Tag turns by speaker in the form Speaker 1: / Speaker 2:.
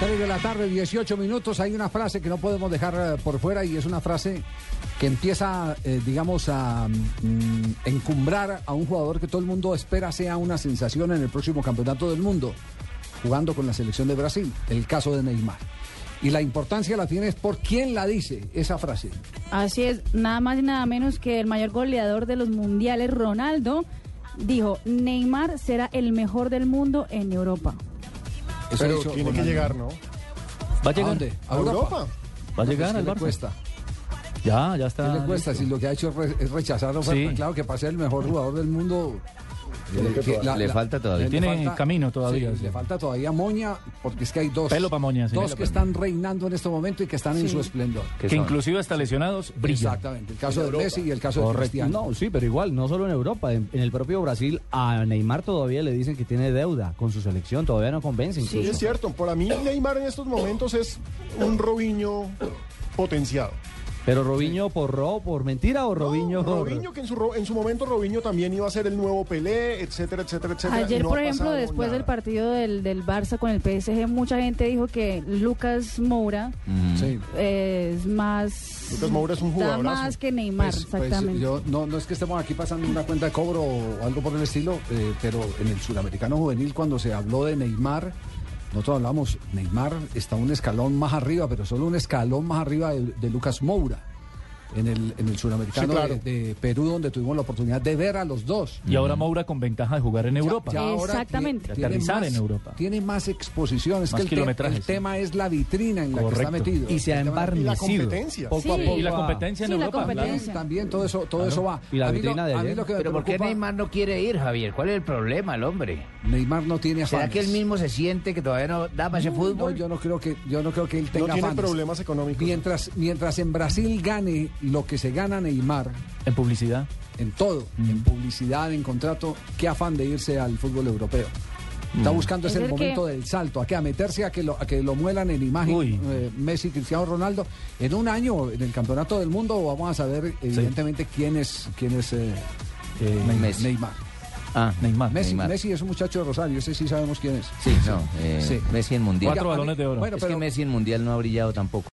Speaker 1: Tres de la tarde, 18 minutos. Hay una frase que no podemos dejar eh, por fuera y es una frase que empieza, eh, digamos, a mm, encumbrar a un jugador que todo el mundo espera sea una sensación en el próximo campeonato del mundo, jugando con la selección de Brasil, el caso de Neymar. Y la importancia la tiene es por quién la dice esa frase.
Speaker 2: Así es, nada más y nada menos que el mayor goleador de los mundiales, Ronaldo, dijo, Neymar será el mejor del mundo en Europa.
Speaker 1: Eso
Speaker 3: Pero
Speaker 1: hizo
Speaker 3: tiene que
Speaker 1: Ronaldo.
Speaker 3: llegar, ¿no?
Speaker 4: Va a
Speaker 1: ¿A
Speaker 4: llegar.
Speaker 1: dónde?
Speaker 3: ¿A Europa?
Speaker 4: Va a
Speaker 1: Pues,
Speaker 4: llegar
Speaker 1: ¿qué
Speaker 4: al
Speaker 1: le
Speaker 4: Barça.
Speaker 1: cuesta?
Speaker 4: Ya, ya está.
Speaker 1: ¿Qué le cuesta
Speaker 4: Ah, listo.
Speaker 1: si lo que ha hecho es re- es rechazar la oferta?
Speaker 4: Sí.
Speaker 1: Claro que para ser el mejor jugador del mundo. Eh,
Speaker 5: le falta todavía.
Speaker 1: le
Speaker 4: Tiene camino todavía,
Speaker 1: sí,
Speaker 4: sí.
Speaker 1: Le falta todavía moña, porque es que hay dos.
Speaker 4: Pelo pa' moña, sí.
Speaker 1: Dos
Speaker 4: Pelo
Speaker 1: que
Speaker 4: pa' moña.
Speaker 1: están reinando en este momento y que están en su esplendor.
Speaker 4: Que
Speaker 5: son?
Speaker 4: inclusive hasta lesionados brillan.
Speaker 1: Exactamente. El caso de Messi y el caso de
Speaker 6: Correcto.
Speaker 1: Cristiano.
Speaker 6: No, sí, pero igual, no solo en Europa, en, en el propio Brasil, a Neymar todavía le dicen que tiene deuda con su selección, todavía no convence
Speaker 3: Sí,
Speaker 6: incluso.
Speaker 3: es cierto. Para mí, Neymar en estos momentos es un Robinho potenciado.
Speaker 6: Pero Robinho por ro, por mentira o Robinho por-
Speaker 3: Robinho, que en su, ro- en su momento Robinho también iba a ser el nuevo Pelé, etcétera, etcétera, etcétera. y
Speaker 2: Ayer,
Speaker 3: no
Speaker 2: por
Speaker 3: ha
Speaker 2: ejemplo,
Speaker 3: pasado
Speaker 2: después del
Speaker 3: nada.
Speaker 2: partido del, del Barça con el PSG, mucha gente dijo que Lucas Moura
Speaker 4: Mm.
Speaker 1: Sí.
Speaker 2: eh, es más...
Speaker 3: Mm. Lucas Moura es un
Speaker 2: Da
Speaker 3: jugadorazo.
Speaker 2: más que Neymar,
Speaker 1: Pues- pues,
Speaker 2: exactamente.
Speaker 1: yo, no, no es que estemos aquí pasando una cuenta de cobro o algo por el estilo, eh, pero en el sudamericano juvenil cuando se habló de Neymar, nosotros hablamos, Neymar está un escalón más arriba, pero solo un escalón más arriba de, de Lucas Moura. En el, en el sudamericano
Speaker 3: Sí, claro.
Speaker 1: de, de Perú, donde tuvimos la oportunidad de ver a los dos.
Speaker 4: Y ahora Moura con ventaja de jugar en Europa.
Speaker 1: Ya- ya ahora
Speaker 2: Exactamente.
Speaker 1: tie-
Speaker 4: De
Speaker 1: tiene
Speaker 4: aterrizar
Speaker 1: más-
Speaker 4: en Europa.
Speaker 1: Tiene más exposiciones.
Speaker 4: Más
Speaker 1: que el te- el,
Speaker 4: kilometrajes.
Speaker 1: tema es la vitrina en la que está
Speaker 4: Correcto.
Speaker 1: metido.
Speaker 6: y se ha
Speaker 1: El tema-
Speaker 3: Y la
Speaker 6: embarnecido.
Speaker 3: competencia.
Speaker 6: Poco a
Speaker 2: Sí.
Speaker 6: poco
Speaker 4: Y la
Speaker 6: va-
Speaker 4: competencia en
Speaker 2: Sí, la
Speaker 4: Europa. claro.
Speaker 1: También,
Speaker 2: competencia.
Speaker 1: también todo eso, todo eso va.
Speaker 6: Y la
Speaker 1: a mí lo-
Speaker 6: vitrina de
Speaker 1: a mí
Speaker 6: ayer.
Speaker 1: lo que me
Speaker 5: Pero ¿por qué
Speaker 1: preocupa-
Speaker 5: Neymar no quiere ir, Javier? ¿Cuál es el problema, el hombre?
Speaker 1: Neymar no tiene afán.
Speaker 5: ¿Será que él mismo se siente que todavía no da para ese
Speaker 1: No,
Speaker 5: fútbol?
Speaker 1: yo no creo que yo no creo que él
Speaker 3: No
Speaker 1: tenga
Speaker 3: tiene
Speaker 1: afanes.
Speaker 3: problemas económicos.
Speaker 1: Mientras mientras en Brasil gane lo que se gana Neymar
Speaker 4: En publicidad.
Speaker 1: en todo,
Speaker 5: Mm.
Speaker 1: en publicidad, en contrato, qué afán de irse al fútbol europeo.
Speaker 5: Mm.
Speaker 1: Está buscando
Speaker 2: Es
Speaker 1: ese el
Speaker 2: el
Speaker 1: momento
Speaker 2: que-
Speaker 1: del salto, a que a meterse a que lo a que lo muelan en imagen
Speaker 4: Uy.
Speaker 1: eh, Messi, Cristiano Ronaldo. En un año en el campeonato del mundo vamos a saber evidentemente quién es quién es eh, eh,
Speaker 5: Messi.
Speaker 1: Neymar.
Speaker 5: Ah,
Speaker 4: Neymar.
Speaker 1: Messi,
Speaker 5: Neymar.
Speaker 1: Messi es un muchacho de Rosario, ese sí sabemos quién es.
Speaker 5: Sí, no. eh,
Speaker 1: Sí.
Speaker 5: Messi en Mundial.
Speaker 4: Cuatro balones de oro.
Speaker 1: Bueno,
Speaker 5: es
Speaker 1: pero-
Speaker 5: que Messi en Mundial no ha brillado tampoco.